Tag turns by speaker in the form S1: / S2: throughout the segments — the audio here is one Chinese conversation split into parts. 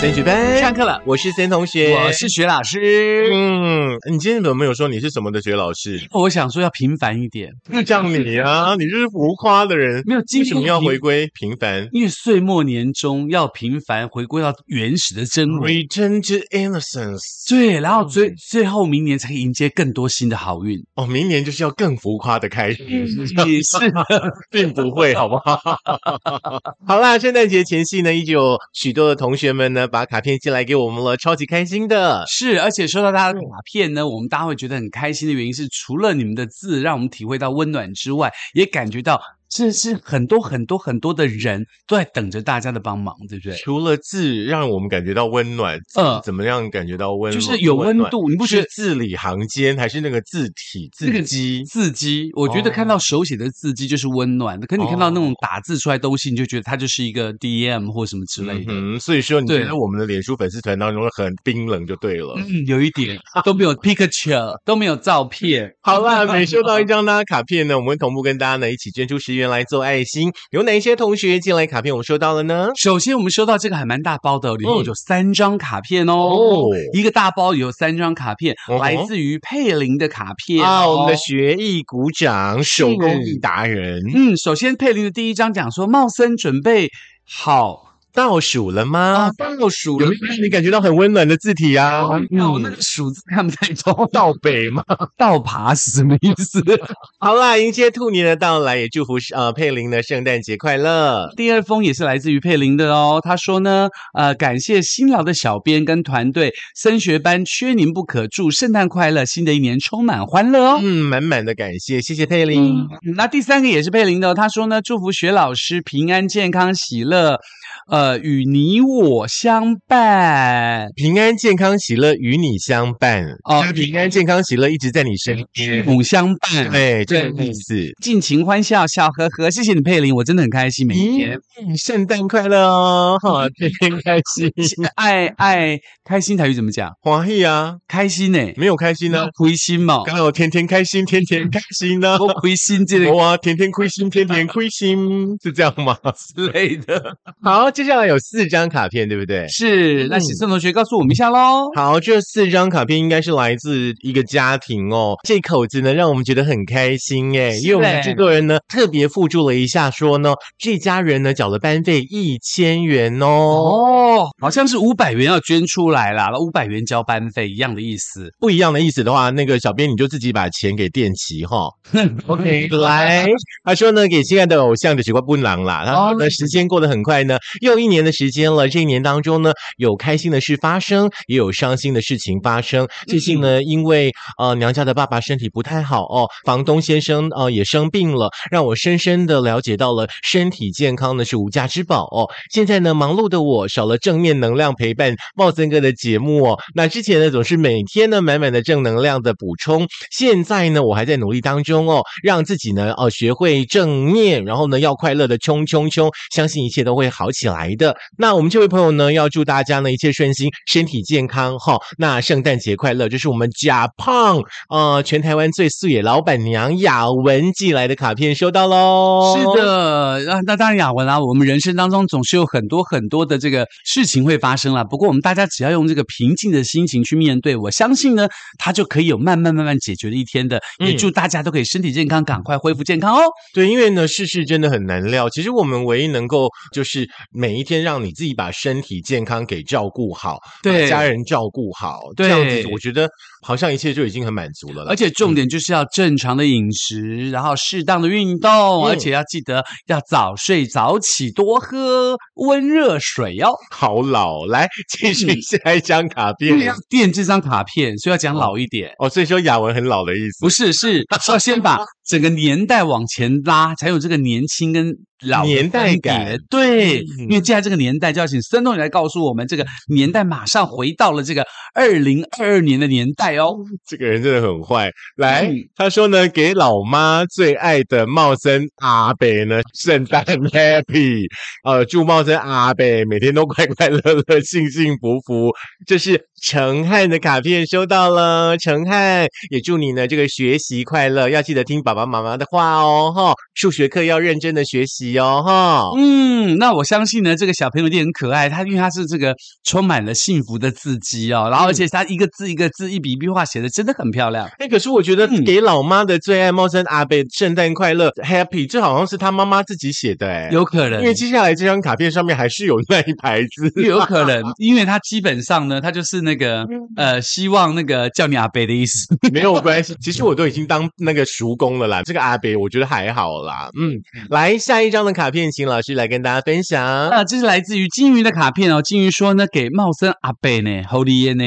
S1: 森学班
S2: 上课了
S1: 我是森同学，
S2: 我是徐老师，
S1: 嗯，你今天有没有说你是什么的学老师？
S2: 我想说要平凡一点，
S1: 就像你啊，你就是浮夸的人，
S2: 没有今
S1: 为什
S2: 天
S1: 么要
S2: 平
S1: 回归平凡
S2: 因为岁末年终要平凡，回归到原始的真我。
S1: ？Return to innocence。
S2: 对，然后最最后明年才可以迎接更多新的好运。
S1: 哦，明年就是要更浮夸的开始，
S2: 也 是的，
S1: 并不会，好 不好？好啦，圣诞节前夕呢，依旧有许多的同学们呢，把卡片寄来给我们了，超级开心的。
S2: 是，而且收到大家的卡片呢，我们大家会觉得很开心的原因是，除了你们的字让我们体会到温暖之外，也感觉到这是很多很多很多的人都在等着大家的帮忙，对不对？
S1: 除了字让我们感觉到温暖，
S2: 嗯
S1: 嗯，怎么样感觉到温暖？
S2: 就是有温
S1: 暖
S2: 度你不觉
S1: 是
S2: 得
S1: 字里行间，还是那个字体
S2: 那
S1: 字
S2: 个
S1: 迹？
S2: 字迹，我觉得看
S1: 哦
S2: 到手写的字迹就是温暖的，可你看到那种打字出来的东西，你就觉得它就是一个 DM 或什么之类的。嗯
S1: 嗯，所以说你觉
S2: 对嗯
S1: 得我们的脸书粉丝团当中很冰冷就对了。
S2: 有一点都没有 picture，都没有照片。
S1: 好啦，每收到一张呢卡片呢，我们会同步跟大家呢一起捐出十元来做爱心。有哪一些同学寄来卡片我们收到了呢？
S2: 首先，我们收到这个还蛮大包的，里面
S1: 嗯
S2: 有三张卡片哦，
S1: 哦
S2: 一个大包有三张卡片，
S1: 嗯哼
S2: 来自于佩林的卡片
S1: 啊，我们的
S2: 哦
S1: 学艺鼓掌，手工艺达人，
S2: 嗯，首先佩林的第一张讲说，茂森准备好，
S1: 倒数了吗
S2: 啊？倒数
S1: 有
S2: 了
S1: 没。有让你感觉到很温暖的字体啊？
S2: 那我那个数字看不 太懂，
S1: 到北吗？
S2: 倒爬是什么意思？
S1: 好啦，迎接兔年的到来，也祝福呃佩玲呢圣诞节快乐。
S2: 第二封也是来自于佩林的哦，他说呢，呃，感谢辛劳的小编跟团队，升学班缺您不可，祝圣诞快乐，新的一年充满欢乐哦。
S1: 嗯，满满的感谢，谢谢佩玲。
S2: 嗯那第三个也是佩林的哦，他说呢，祝福学老师平安健康喜乐，呃，与你我相伴。
S1: 平安、健康、喜乐与你相伴。
S2: 哦
S1: 哦，平安、健康、喜乐一直在你身边。
S2: 母相伴，
S1: 对，这个
S2: 嗯对
S1: 意思。
S2: 尽情欢笑，笑呵呵。谢谢你，佩林，我真的很开心。每天
S1: 咦，圣诞快乐哦！
S2: 嗯
S1: 哈，天天开心，
S2: 爱爱开心台语怎么讲？
S1: 欢喜啊！
S2: 开心呢、
S1: 没有开心呢、啊，
S2: 亏心嘛，
S1: 刚好天天开心，天天开心呢、
S2: 我亏心这个
S1: 哇，天天亏心，天天亏心，是这样吗？
S2: 之类的。
S1: 好，接下来有四张卡片，对不对？
S2: 是，那
S1: 嗯
S2: 请宋同学告诉我们一下喽。
S1: 好，这四张卡片应该是来自一个家庭哦。这口子呢，让我们觉得很开心诶，因为我们制作人呢特别附注了一下，说呢这家人呢缴了班费一千元哦，
S2: 哦，好像是五百元要捐出来啦，五百元交班费一样的意思。
S1: 不一样的意思的话，那个小编你就自己把钱给垫齐哈。OK，来，他说呢，给亲爱的偶像的时光不郎啦。他说呢，时间过得很快呢，又一年的时间了。这一年当中呢，有开心的事发生，也有伤心的事情发生。最近呢，因为呃娘家的爸爸身体不太好哦，房东先生呃也生病了，让我深深的了解到了身体健康呢是无价之宝哦。现在呢，忙碌的我少了正面能量陪伴茂森哥的节目哦。那之前呢，总是每天呢满满的正能量的补充，现在呢，我还在努力当中哦，让自己呢呃学会正念，然后呢要快乐的冲冲冲，相信一切都会好起来的。那我们这位朋友呢，要祝大家呢一切顺心，身体健康哈、那圣诞节快乐！这是我们假胖呃全台湾最素野老板娘雅文寄来的卡片，收到喽。
S2: 是。的，那那当然雅文啦、啊我们人生当中总是有很多很多的这个事情会发生啦。不过我们大家只要用这个平静的心情去面对，我相信呢，它就可以有慢慢慢慢解决的一天的。也
S1: 嗯
S2: 祝大家都可以身体健康，赶快恢复健康哦。
S1: 对，因为呢，世事真的很难料。其实我们唯一能够就是每一天让你自己把身体健康给照顾好，
S2: 对
S1: 把家人照顾好，
S2: 对
S1: 这样子我觉得好像一切就已经很满足了啦。
S2: 而且重点就是要正常的饮食，然后适当的运动，
S1: 嗯
S2: 而且要记得要早睡早起，多喝温热水哦。
S1: 好老，来继续
S2: 嗯
S1: 下一张卡
S2: 因为
S1: 片
S2: 要。垫这张卡片，所以要讲老一点。
S1: 哦，所以说雅文很老的意思
S2: 不。是，是要先把整个年代往前拉，才有这个年轻跟老的
S1: 年代
S2: 分别
S1: 感。
S2: 对，
S1: 嗯
S2: 因为接下来这个年代就要请孙东来告诉我们，这个年代马上回到了这个二零二二年的年代哦。
S1: 这个人真的很坏。来
S2: 嗯，
S1: 他说呢，给老妈最爱的茂森阿北呢，圣诞 happy，呃，祝茂森阿北每天都快快乐乐、 幸幸福福。这是陈汉的卡片收到了，陈汉也祝你呢这个学习快乐，要记得听爸爸妈妈的话哦，哈、数学课要认真的学习习哦，哈。
S2: 嗯，那我相信呢，这个小朋友一定很可爱。他因为他是这个充满了幸福的字迹哦，然后而
S1: 嗯
S2: 且他一个字一个字、一笔一笔画写的真的很漂亮。
S1: 哎，可是我觉得
S2: 嗯
S1: 给老妈的最爱猫山阿贝圣诞快乐 Happy，这好像是他妈妈自己写的哎，
S2: 有可能，
S1: 因为接下来这张卡片上面还是有那一排字，
S2: 有 可能，因为他基本上呢，他就是那个呃，希望那个叫你阿北的意思。
S1: 没有关系。其实我都已经当那个叔公了啦，这个阿贝我觉得还好啦。嗯，来下一张的卡片，请老师来跟大家分享。
S2: 那这是来自于金鱼的卡片哦。金鱼说呢，给茂森阿贝呢，Holy 耶呢。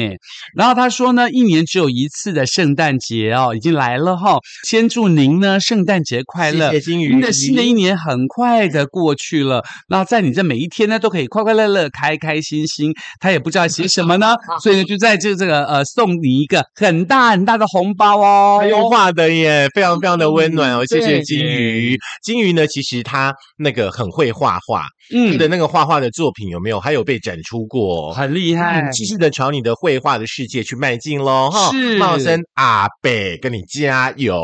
S2: 然后他说呢，一年只有一次的圣诞节哦，已经来了哈、先祝您呢圣诞节快乐。
S1: 谢谢金鱼，
S2: 您的新的一年很快的过去了，那在你这每一天呢，都可以快快乐乐、开开心心。他也不知道写什么 呢，所以呢，就在这这个呃，送你一个很大很大的红包哦。
S1: 还用画的耶，非常非常的温暖哦，谢谢
S2: 对
S1: 金鱼。金鱼呢，其实他那个很会画画，
S2: 嗯
S1: 你的那个画画的作品有没有？还有被展出过、哦，
S2: 很厉害
S1: 嗯，继续的朝你的绘画的世界去迈进喽！哈，
S2: 是
S1: 茂森阿北跟你加油！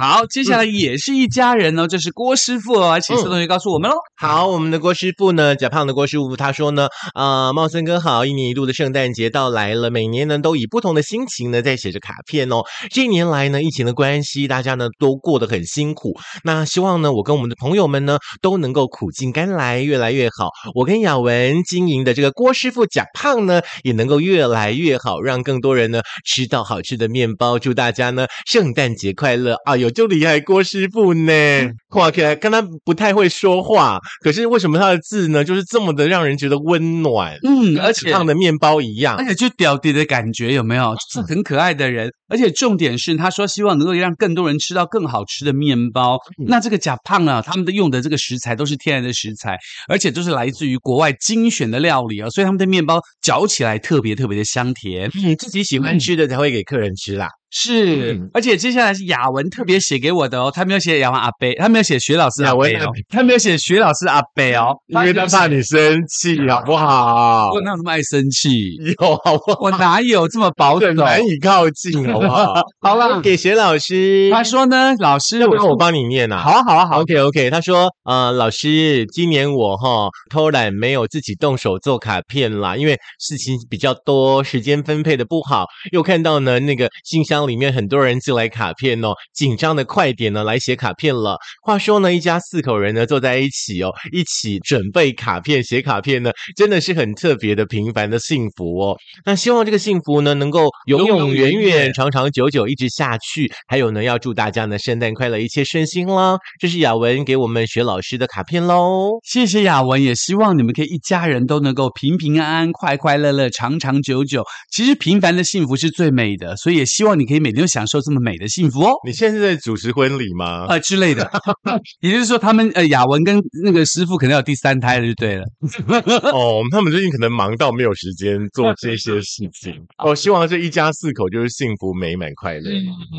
S2: 好，接下来也是一家人哦，这是郭师傅哦，请宋同学告诉我们喽。
S1: 好，我们的郭师傅呢，甲胖的郭师傅他说呢，呃，茂森哥好，一年一度的圣诞节到来了，每年呢都以不同的心情呢在写着卡片哦。这一年来呢，疫情的关系，大家呢都过得很辛苦。那希望呢，我跟我们的朋友们呢都能够苦尽甘来，越来越好。我跟雅文经营的这个郭师傅甲胖呢，也能够越来越好，让更多人呢吃到好吃的面包。祝大家呢圣诞节快乐！哎呦，就厉害郭师傅呢，哇，看来跟他不太会说话，可是为什么他的字呢，就是这么的让人觉得温暖，
S2: 嗯，而且
S1: 胖的面包一样
S2: 而。且就屌屌的感觉有没 有？就是很可爱的人，而且重点是他说希望能够让更多人吃到更好吃的面包。
S1: 嗯
S2: 那这个假胖啊，他们的用的这个食材都是天然的食材，而且都是来自于国外精选的料理啊，所以他们的面包嚼起来特别特别的香甜。
S1: 嗯，自己喜欢吃的才会给客人吃啦。
S2: 是，
S1: 嗯
S2: 而且接下来是雅文特别写给我的哦，他没有写雅文阿贝，他没有写学老师阿贝
S1: 雅文
S2: 哦
S1: 阿贝，嗯
S2: 他没有写学老师阿贝哦，
S1: 怕你生气， 好不好
S2: 我哪有那么爱生气？
S1: 有好不好？
S2: 我哪有这么保守
S1: 很？难以靠 近，好不好？
S2: 好啦
S1: 给谁老师？
S2: 他说呢，老师，
S1: 要不要我帮你念啊？
S2: 好啊好啊好啊
S1: OK OK，他说，呃，老师，今年我哈偷懒没有自己动手做卡片啦，因为事情比较多，时间分配的不好。又看到呢那个信箱里面很多人寄来卡片哦，紧张的快点呢来写卡片了。话说呢，一家四口人呢坐在一起哦，一起准备卡片、写卡片呢，真的是很特别的平凡的幸福哦。那希望这个幸福呢能够永
S2: 永
S1: 永
S2: 远
S1: 远
S2: 远
S1: 远、长长久久一直下去。还有呢，要祝大家呢圣诞快乐，一切顺心啦！这是雅文给我们学老师的卡片喽。
S2: 谢谢雅文，也希望你们可以一家人都能够平平安安、快快乐乐、长长久久。其实平凡的幸福是最美的，所以也希望你可以每天都享受这么美的幸福哦。
S1: 你现在是在主持婚礼吗？
S2: 呃之类的，也就是说，他们呃雅文跟那个师傅可能有第三胎了，就对了。
S1: 哦，他们最近可能忙到没有时间做这些事 情。哦，希望这一家四口就是幸福美满快乐。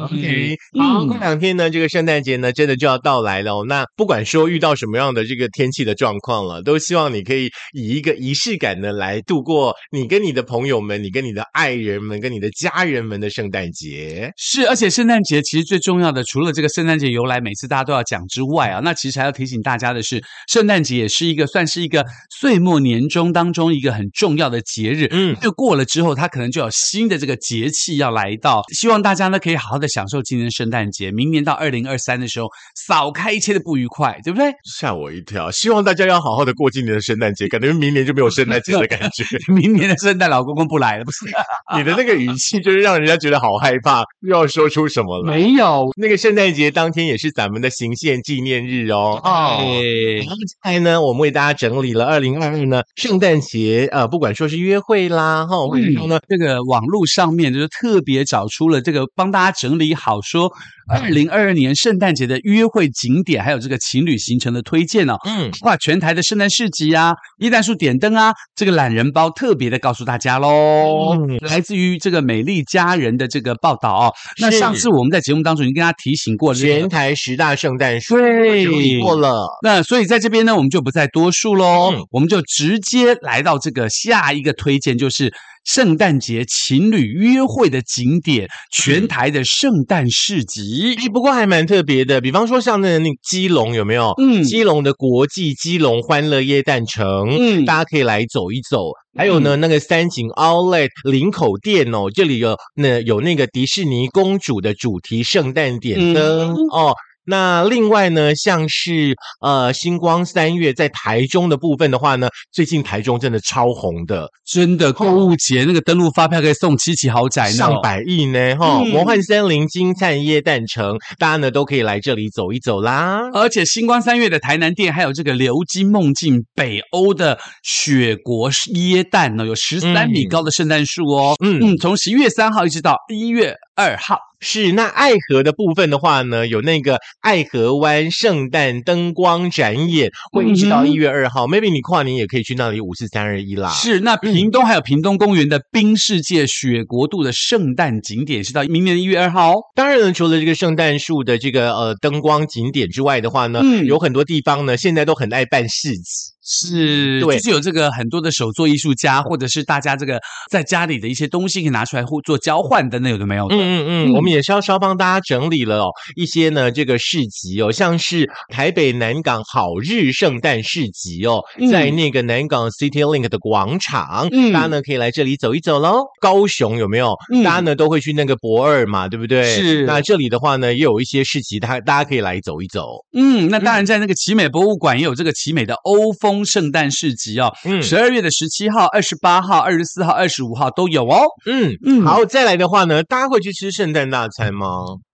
S1: OK，好，
S2: 嗯
S1: 过两天呢，这个圣诞节呢，真的就要到来了、哦。那不管说遇到什么样的这个天气的状况了，都希望你可以以一个仪式感呢来度过你跟你的朋友们、你跟你的爱人们、跟你的家人们的圣诞节。
S2: 是，而且圣诞节其实最重要的，除了这个圣诞节由来每次大家都要讲之外啊，那其实还要提醒大家的是，圣诞节也是一个算是一个岁末年终当中一个很重要的节日。
S1: 嗯，
S2: 就过了之后，它可能就有新的这个节气要来到。希望大家呢可以好好的享受今年的圣诞节，明年到二零二三的时候，扫开一切的不愉快，对不 对？
S1: 吓我一跳！希望大家要好好的过今年的圣诞节，感觉明年就没有圣诞节的感觉。
S2: 明年的圣诞老公公不来了，不是？
S1: 你的那个语气就是让人家觉得好害怕，又要说出什么了。
S2: 有
S1: 那个圣诞节当天也是咱们的行宪纪念日哦。
S2: 哦。
S1: 然后接下来呢，我们为大家整理了二零二二呢圣诞节，呃，不管说是约会啦，哈，或者说呢，
S2: 这个网络上面就是特别找出了这个帮大家整理好说，二零二二年圣诞节的约会景点，还有这个情侣行程的推荐哦。
S1: 嗯，
S2: 包括全台的圣诞市集啊，椰蛋树点灯啊，这个懒人包特别的告诉大家喽。
S1: 嗯
S2: 来自于这个美丽佳人的这个报道哦。那
S1: 是
S2: 上次我们在节目当中已经跟大家提醒过这
S1: 全
S2: 个。
S1: 台十大圣诞树
S2: 对
S1: 整理过了，
S2: 那所以在这边呢，我们就不再多述喽，
S1: 嗯
S2: 我们就直接来到这个下一个推荐，就是圣诞节情侣约会的景点——
S1: 嗯
S2: 全台的圣诞市集。
S1: 哎，不过还蛮特别的，比方说像那那基隆有没有？
S2: 嗯
S1: 基隆的国际基隆欢乐夜诞城，
S2: 嗯
S1: 大家可以来走一走。还有呢，那个三井 Outlet 林口店哦，这里有那有那个迪士尼公主的主题圣诞点灯、
S2: 嗯
S1: 哦。那另外呢，像是呃星光三月在台中的部分的话呢，最近台中真的超红的，
S2: 真的，购物节那个登录发票可以送七期豪宅呢，
S1: 上百亿呢哈！
S2: 哦嗯
S1: 魔幻森林、金灿椰蛋城，大家呢都可以来这里走一走啦。
S2: 而且星光三月的台南店，还有这个流金梦境北欧的雪国椰蛋呢，有十三米
S1: 嗯
S2: 高的圣诞树哦。
S1: 嗯
S2: 嗯，从十一月三号一直到一月二号。
S1: 是，那爱河的部分的话呢，有那个爱河湾圣诞灯光展演，会一直
S2: 嗯
S1: 到
S2: 哼
S1: 一月二号。maybe 你跨年也可以去那里五四三二一啦。
S2: 是，那
S1: 嗯
S2: 屏东还有屏东公园的冰世界雪国度的圣诞景点是到明年的一月二号哦。
S1: 当然呢，除了这个圣诞树的这个呃灯光景点之外的话呢，
S2: 嗯
S1: 有很多地方呢现在都很爱办市集。
S2: 是，
S1: 对
S2: 就是有这个很多的手作艺术家，或者是大家这个在家里的一些东西可以拿出来互做交换等等，有的没有的。
S1: 嗯嗯
S2: 嗯
S1: 嗯，我们也是要稍帮大家整理了哦一些呢这个市集哦，像是台北南港好日圣诞市集哦，
S2: 嗯
S1: 在那个南港 City Link 的广场，
S2: 嗯
S1: 大家呢可以来这里走一走喽。高雄有没有？
S2: 嗯
S1: 大家呢都会去那个博二嘛，对不对？
S2: 是
S1: 那这里的话呢，也有一些市集，大大家可以来走一走。
S2: 嗯，那当然，在那个奇美博物馆也有这个奇美的欧风圣诞市集哦，
S1: 嗯
S2: 十二月的十七号、二十八号、二十四号、二十五号都有哦。
S1: 嗯。
S2: 嗯，
S1: 好，再来的话呢，大家会去吃圣诞大餐吗？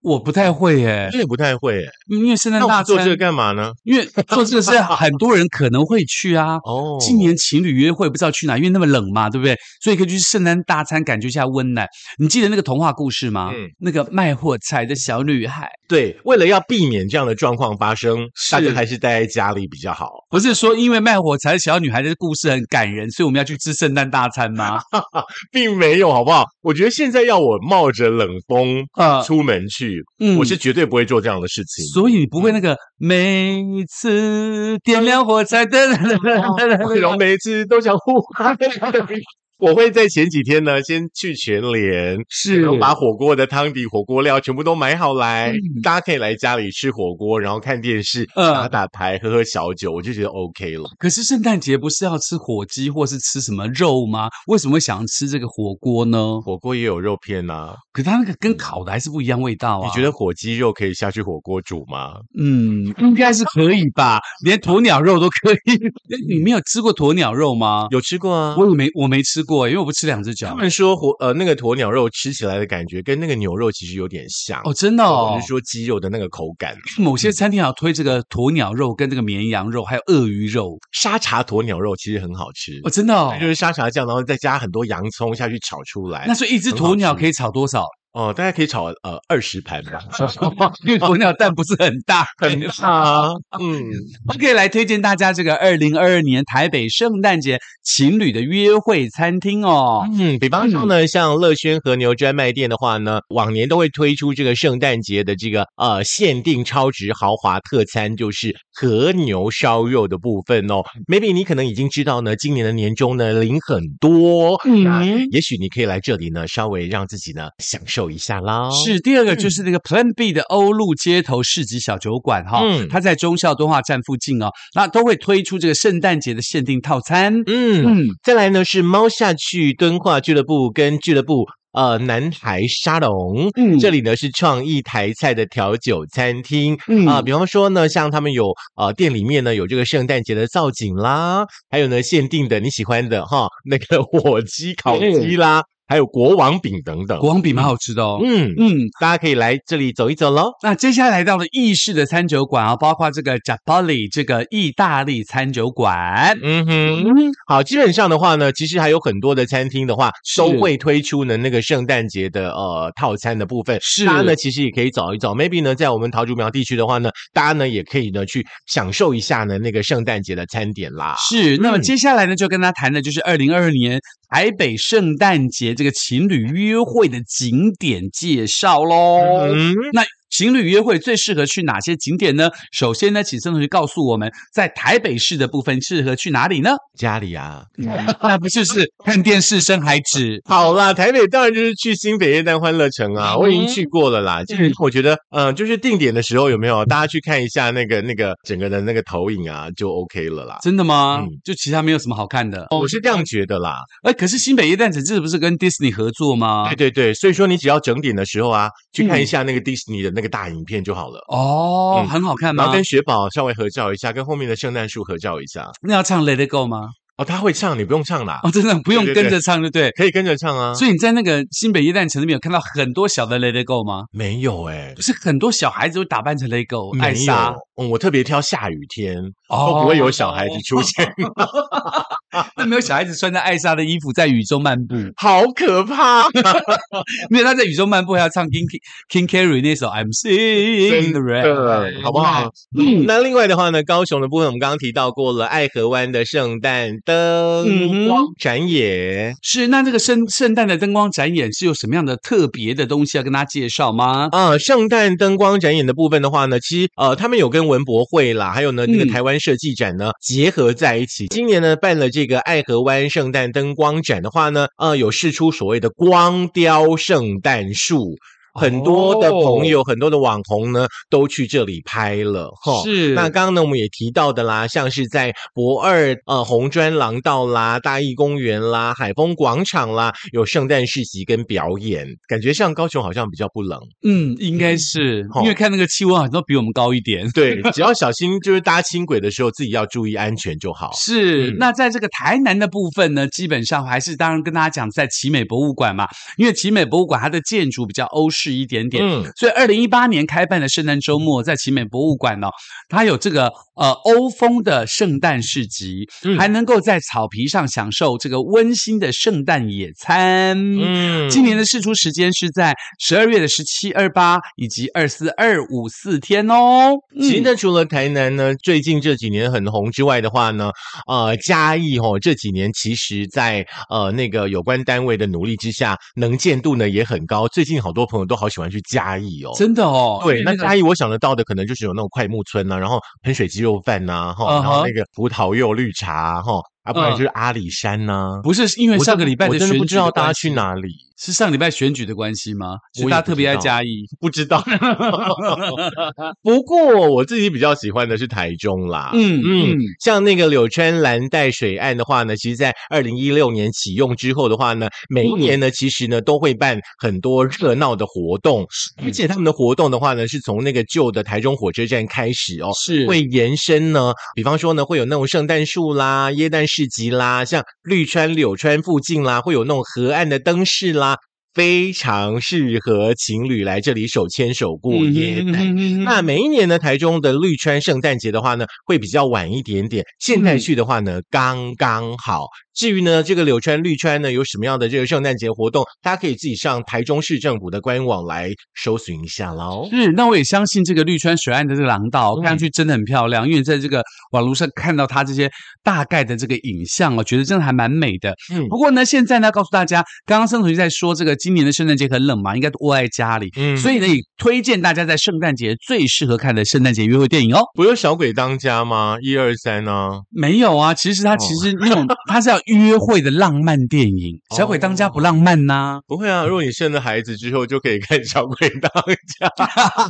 S2: 我不太会耶，嗯
S1: 这也不太会耶。
S2: 因为圣诞
S1: 嗯那我
S2: 大
S1: 们做
S2: 餐
S1: 这，个干嘛呢？
S2: 因为做这个 是很多人可能会去啊。
S1: 哦，
S2: 今年情侣约会不知道去哪，因为那么冷嘛，对不对？所以可以去圣诞大餐，感觉一下温暖。你记得那个童话故事吗？
S1: 嗯
S2: 那个卖火柴的小女孩，
S1: 对，为了要避免这样的状况发生，
S2: 是
S1: 大家还是待在家里比较好。
S2: 不是说因为卖火柴的小女孩的故事很感人，所以我们要去吃圣诞大餐 吗？
S1: 并没有，好不好？我觉得现在要我冒着冷风
S2: 呃，
S1: 出门去，
S2: 嗯
S1: 我是绝对不会做这样的事情。
S2: 所以你不会那个每次点亮 火柴灯，
S1: 以，
S2: 啊
S1: 龙每一次都想呼哈哈的。 我会在前几天呢，先去全联，
S2: 是
S1: 然后 把火锅的汤底、火锅料全部都买好来，大家可以来家里吃火锅，然后看电视、
S2: 嗯
S1: 打打牌、喝喝小酒，我就觉得 OK 了。
S2: 可是圣诞节不是要吃火鸡或是吃什么肉吗？为什么会想吃这个火锅呢？
S1: 火锅也有肉片呐、
S2: 可它那个跟烤的还是不一样味道啊。
S1: 你觉？得火鸡肉可以下去火锅煮吗？
S2: 嗯，应该是可以吧， 连鸵鸟肉都可以。你没有吃过鸵鸟肉吗？
S1: 有吃过啊，
S2: 我也没我没吃过，欸因为我不吃两只
S1: 他
S2: 脚。
S1: 们说火呃那个鸵鸟肉吃起来的感觉跟那个牛肉其实有点像
S2: 哦，真的
S1: 我
S2: 哦
S1: 是。说鸡肉的那个口感，
S2: 某些餐厅好像推这个鸵鸟肉、跟这个绵羊肉，还有鳄鱼肉
S1: 沙茶鸵鸟肉其实很好吃，
S2: 哦，真的哦
S1: 它。就是沙茶酱，然后再加很多洋葱下去炒出来
S2: 那。所以一只鸵鸟可以炒多少？
S1: 哦，大家可以炒呃二十盘 吧，
S2: 因为 鸵鸟蛋不是很大。
S1: 很
S2: 啊
S1: 大。嗯，
S2: OK，来推荐大家这个二零二二年台北圣诞节情侣的约会餐厅哦。
S1: 嗯，比方说呢，像乐轩和牛专卖店的话呢，往年都会推出这个圣诞节的这个呃限定超值豪华特餐，就是和牛烧肉的部分哦。maybe 你可能已经知道呢，今年的年终呢领很多，那
S2: 嗯，
S1: 也许你可以来这里呢，稍微让自己呢享受一下啦。，
S2: 是第二个
S1: 嗯
S2: 就是那个 Plan B 的欧陆街头市集小酒馆哈、
S1: 嗯
S2: 它在忠孝敦化站附近哦，那都会推出这个圣诞节的限定套餐。
S1: 嗯，再来呢是猫下去敦化俱乐部跟俱乐部。呃，南台沙龙，
S2: 嗯
S1: 这里呢是创意台菜的调酒餐厅，
S2: 嗯
S1: 啊、比方说呢，像他们有呃店里面呢有这个圣诞节的造景啦，还有呢限定的你喜欢的哈 那个火鸡、烤鸡啦，还有国王饼等等。
S2: 嗯国王饼蛮好吃的哦。
S1: 嗯，
S2: 嗯，
S1: 大家可以来这里走一走喽。
S2: 那接下来到了意式的餐酒馆啊，包括这个 j a p o l i 这个意大利餐酒馆。
S1: 嗯哼，好，基本上的话呢，其实还有很多的餐厅的话，
S2: 是
S1: 都会推出呢那个圣诞节的呃套餐的部分。
S2: 是
S1: 大家呢其实也可以找一找，maybe 呢在我们桃竹苗地区的话呢，大家呢也可以呢去享受一下呢那个圣诞节的餐点啦。
S2: 是，那么
S1: 嗯
S2: 接下来呢，就跟他谈的就是二零二二年台北圣诞节这个情侣约会的景点介绍喽。
S1: 嗯，
S2: 那情侣约会最适合去哪些景点呢？首先呢，请孙同学告诉我们，在台北市的部分适合去哪 里呢？
S1: 家里啊，
S2: 那不就是看电视、生孩子？
S1: 好啦，台北当然就是去新北耶诞欢乐城
S2: 嗯
S1: 啊，我已经去过了啦。就是我觉得，嗯、就是定点的时候有没有大家去看一下那个那个整个的那个投影啊，就 OK 了啦。
S2: 真的吗？
S1: 嗯哦
S2: 就其他没有什么好看的。
S1: 我是这样觉得啦，哎
S2: 哎，可是新北夜蛋城这不是跟 Disney 合作吗
S1: 对？对对，所以说你只要整点的时候啊，
S2: 嗯
S1: 去看一下那个迪士尼的那个大影片就好了，
S2: 哦，
S1: 嗯
S2: 很好看
S1: 然
S2: 吗
S1: 后？跟雪宝稍微合照一下，跟后面的圣诞树合照一下。
S2: 那要唱 Let It Go 吗？
S1: 哦，他会唱，你不用唱啦，
S2: 哦，真的不用
S1: 对对
S2: 跟着唱，就对。
S1: 可以跟着唱啊。
S2: 所以你在那个新北夜蛋城那边有看到很多小的 Let It Go 吗？
S1: 没有哎、
S2: 不是很多小孩子会打扮成 Let It Go，艾
S1: 没有
S2: 莎。，哦
S1: 嗯，我特别挑下雨天，都不会有小孩子出现，
S2: 那没有小孩子穿着艾莎的衣服在雨中漫步，
S1: 好可怕！
S2: 没有他在雨中漫步还要唱 King King Carry 那首 I'm Seeing the
S1: 对
S2: Rain，
S1: 好不好？？
S2: 嗯
S1: 那另外的话呢，高雄的部分我们刚刚提到过了，爱河湾的圣诞
S2: 嗯
S1: 灯
S2: 哼
S1: 光展演。
S2: 是，那这个圣圣诞的灯光展演是有什么样的特别的东西要跟大家介绍吗？
S1: 啊，圣诞灯光展演的部分的话呢，其实呃，他们有跟文博会啦，还有呢，这个
S2: 嗯
S1: 台湾设计展呢、结合在一起。今年呢办了这个爱河湾圣诞灯光展的话呢，呃，有试出所谓的光雕圣诞树。很多的朋
S2: 哦
S1: 友，很多的网红呢，都去这里拍了哈。
S2: 是
S1: 那刚刚呢，我们也提到的啦，像是在博二呃红砖廊道啦、大义公园啦、海丰广场啦，有圣诞市集跟表演，感觉像高雄好像比较不冷。
S2: 嗯，应该是
S1: 哦
S2: 因为看那个气温好像都比我们高一 点。
S1: 对，只要小心，就是搭轻轨的时候自己要注意安全就好。
S2: 是
S1: 嗯，
S2: 那在这个台南的部分呢，基本上还是当然跟大家讲在奇美博物馆嘛，因为奇美博物馆它的建筑比较欧式一点点，
S1: 嗯，
S2: 所以，二零一八年开办的圣诞周末，在奇美博物馆呢、哦它有这个呃欧风的圣诞市集，
S1: 嗯
S2: 还能够在草皮上享受这个温馨的圣诞野餐。
S1: 嗯
S2: 今年的试出时间是在十二月的十七、二八以及二四、二五四天哦。
S1: 其实
S2: 嗯
S1: 呢，除了台南呢，最近这几年很红之外的话呢，呃，嘉义哦，这几年其实在呃那个有关单位的努力之下，能见度呢也很高。最近好多朋友都好喜欢去嘉义哦。
S2: 真的哦，
S1: 对，
S2: 因
S1: 那
S2: 为个
S1: 嘉义我想得到的可能就是有那种快木村啊呐、然后喷水鸡肉饭呐、哈、然后
S2: 嗯哼
S1: 那个葡萄柚绿茶哈，啊，不然就是阿里山呐、
S2: 不是因为
S1: 我
S2: 上
S1: 真
S2: 个礼拜
S1: 我
S2: 的
S1: 真的
S2: 选
S1: 不知
S2: 举的
S1: 道大家
S2: 关
S1: 去
S2: 系
S1: 哪里，
S2: 是上礼拜选举的关系吗？所
S1: 我也
S2: 以大家
S1: 不
S2: 特别
S1: 知
S2: 爱
S1: 道
S2: 嘉义。
S1: 不知道。不过我自己比较喜欢的是台中啦。
S2: 嗯
S1: 嗯
S2: 嗯，
S1: 像那个柳川蓝带水岸的话呢，其实在二零一六年启用之后的话呢，每一年呢，其实呢都会办很多热闹的活动，而且他们的活动的话呢，是从那个旧的台中火车站开始哦。
S2: 是
S1: 会延伸呢，比方说呢，会有那种圣诞树啦、椰蛋市集啦，像绿川、柳川附近啦，会有那种河岸的灯饰啦，非常适合情侣来这里手牵手过耶诞。那每一年呢，台中的绿川圣诞节的话呢，会比较晚一点点。现在去的话呢，刚刚好。至于呢，这个柳川绿川呢，有什么样的这个圣诞节活动，大家可以自己上台中市政府的官网来搜寻一下喽。
S2: 是，嗯那我也相信这个绿川水岸的这个廊道，
S1: 嗯
S2: 看上去真的很漂亮。因为在这个网络上看到它这些大概的这个影像哦，觉得真的还蛮美的。
S1: 嗯
S2: 不过呢，现在呢，告诉大家，刚刚孙同学在说这个今年的圣诞节很冷嘛，应该都窝在家里。
S1: 嗯，
S2: 所以呢，也推荐大家在圣诞节最适合看的圣诞节约会电影哦。
S1: 不是小鬼当家吗？一二三呢？
S2: 没有啊，其
S1: 哦
S2: 实它其实那种它是要约会的浪漫电影， 《小鬼当家》不
S1: 哦
S2: 浪漫呐、
S1: 不会啊，如果你生了孩子之后，就可以看小鬼当家。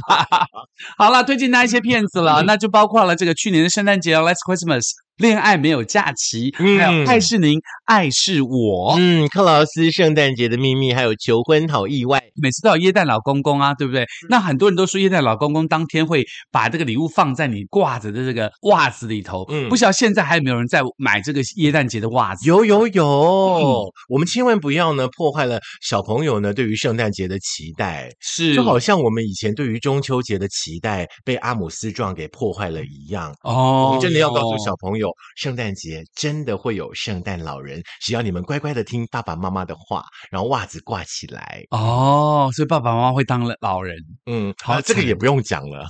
S2: 好了，推荐大家一些片子
S1: 嗯
S2: 了，那就包括了这个去年的圣诞节哦《Last Christmas》。恋爱没有假期，
S1: 嗯
S2: 还有爱是您，爱是我。
S1: 嗯，克劳斯圣诞节的秘密，还有求婚好意外。
S2: 每次都有耶诞老公公啊，对不对？
S1: 嗯
S2: 那很多人都说耶诞老公公当天会把这个礼物放在你挂着的这个袜子里头。
S1: 嗯
S2: 不晓得现在还有没有人在买这个耶诞节的袜子？
S1: 有有有，嗯我们千万不要呢破坏了小朋友呢对于圣诞节的期待，
S2: 是
S1: 就好像我们以前对于中秋节的期待被阿姆斯壮给破坏了一样。我
S2: 哦
S1: 们真的要告诉小朋友，友，圣诞节真的会有圣诞老人，只要你们乖乖的听爸爸妈妈的话，然后袜子挂起来。
S2: 哦，所以爸爸妈妈会当老人，
S1: 嗯，
S2: 好
S1: 啊这个
S2: 惨
S1: 也不用讲了，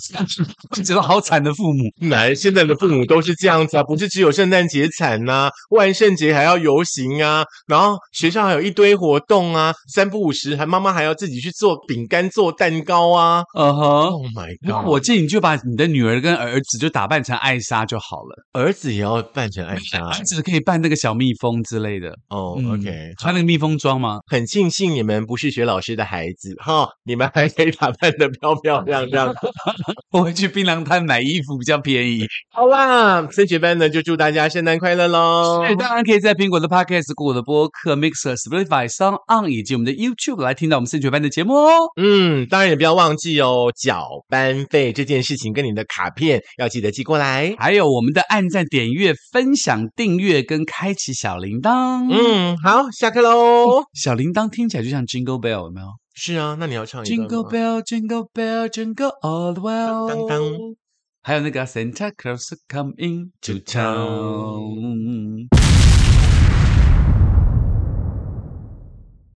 S2: 我觉得好惨的父母。
S1: 难，现在的父母都是这样子啊，不是只有圣诞节惨呐、万圣节还要游行啊，然后学校还有一堆活动啊，三不五时还妈妈还要自己去做饼干、做蛋糕啊。
S2: 嗯哼，
S1: Oh my
S2: 如果
S1: god！
S2: 我建议你就把你的女儿跟儿子就打扮成艾莎就好了，
S1: 儿子也要扮成艾莎
S2: 儿子可以扮那个小蜜蜂之类的。
S1: 啊哦、
S2: 嗯
S1: o k
S2: 穿那个蜜蜂装吗？
S1: 很庆幸你们不是学老师的孩子哈，你们还可以打扮的漂漂亮亮。
S2: 我会去槟榔摊买衣服比较便宜。
S1: 好啦，升学班呢就祝大家圣诞快乐喽！
S2: 是，当然可以在苹果的 Podcast、谷歌的播客、Mixer、Spotify、s o n On 以及我们的 YouTube 来听到我们升学班的节目哦。
S1: 嗯，当然也不要忘记哦，缴班费这件事情跟你的卡片要记得寄过来。
S2: 还有我们的按赞、点阅、分享、订阅跟开启小铃铛。嗯，
S1: 嗯，好，下课喽。
S2: 小铃铛听起来就像 Jingle Bell，有没有
S1: 是啊，那你要唱一段
S2: ？Jingle
S1: 吗？
S2: Bell, Jingle Bell, Jingle All the Way。
S1: 当当
S2: 还有那个 Santa Claus coming to town。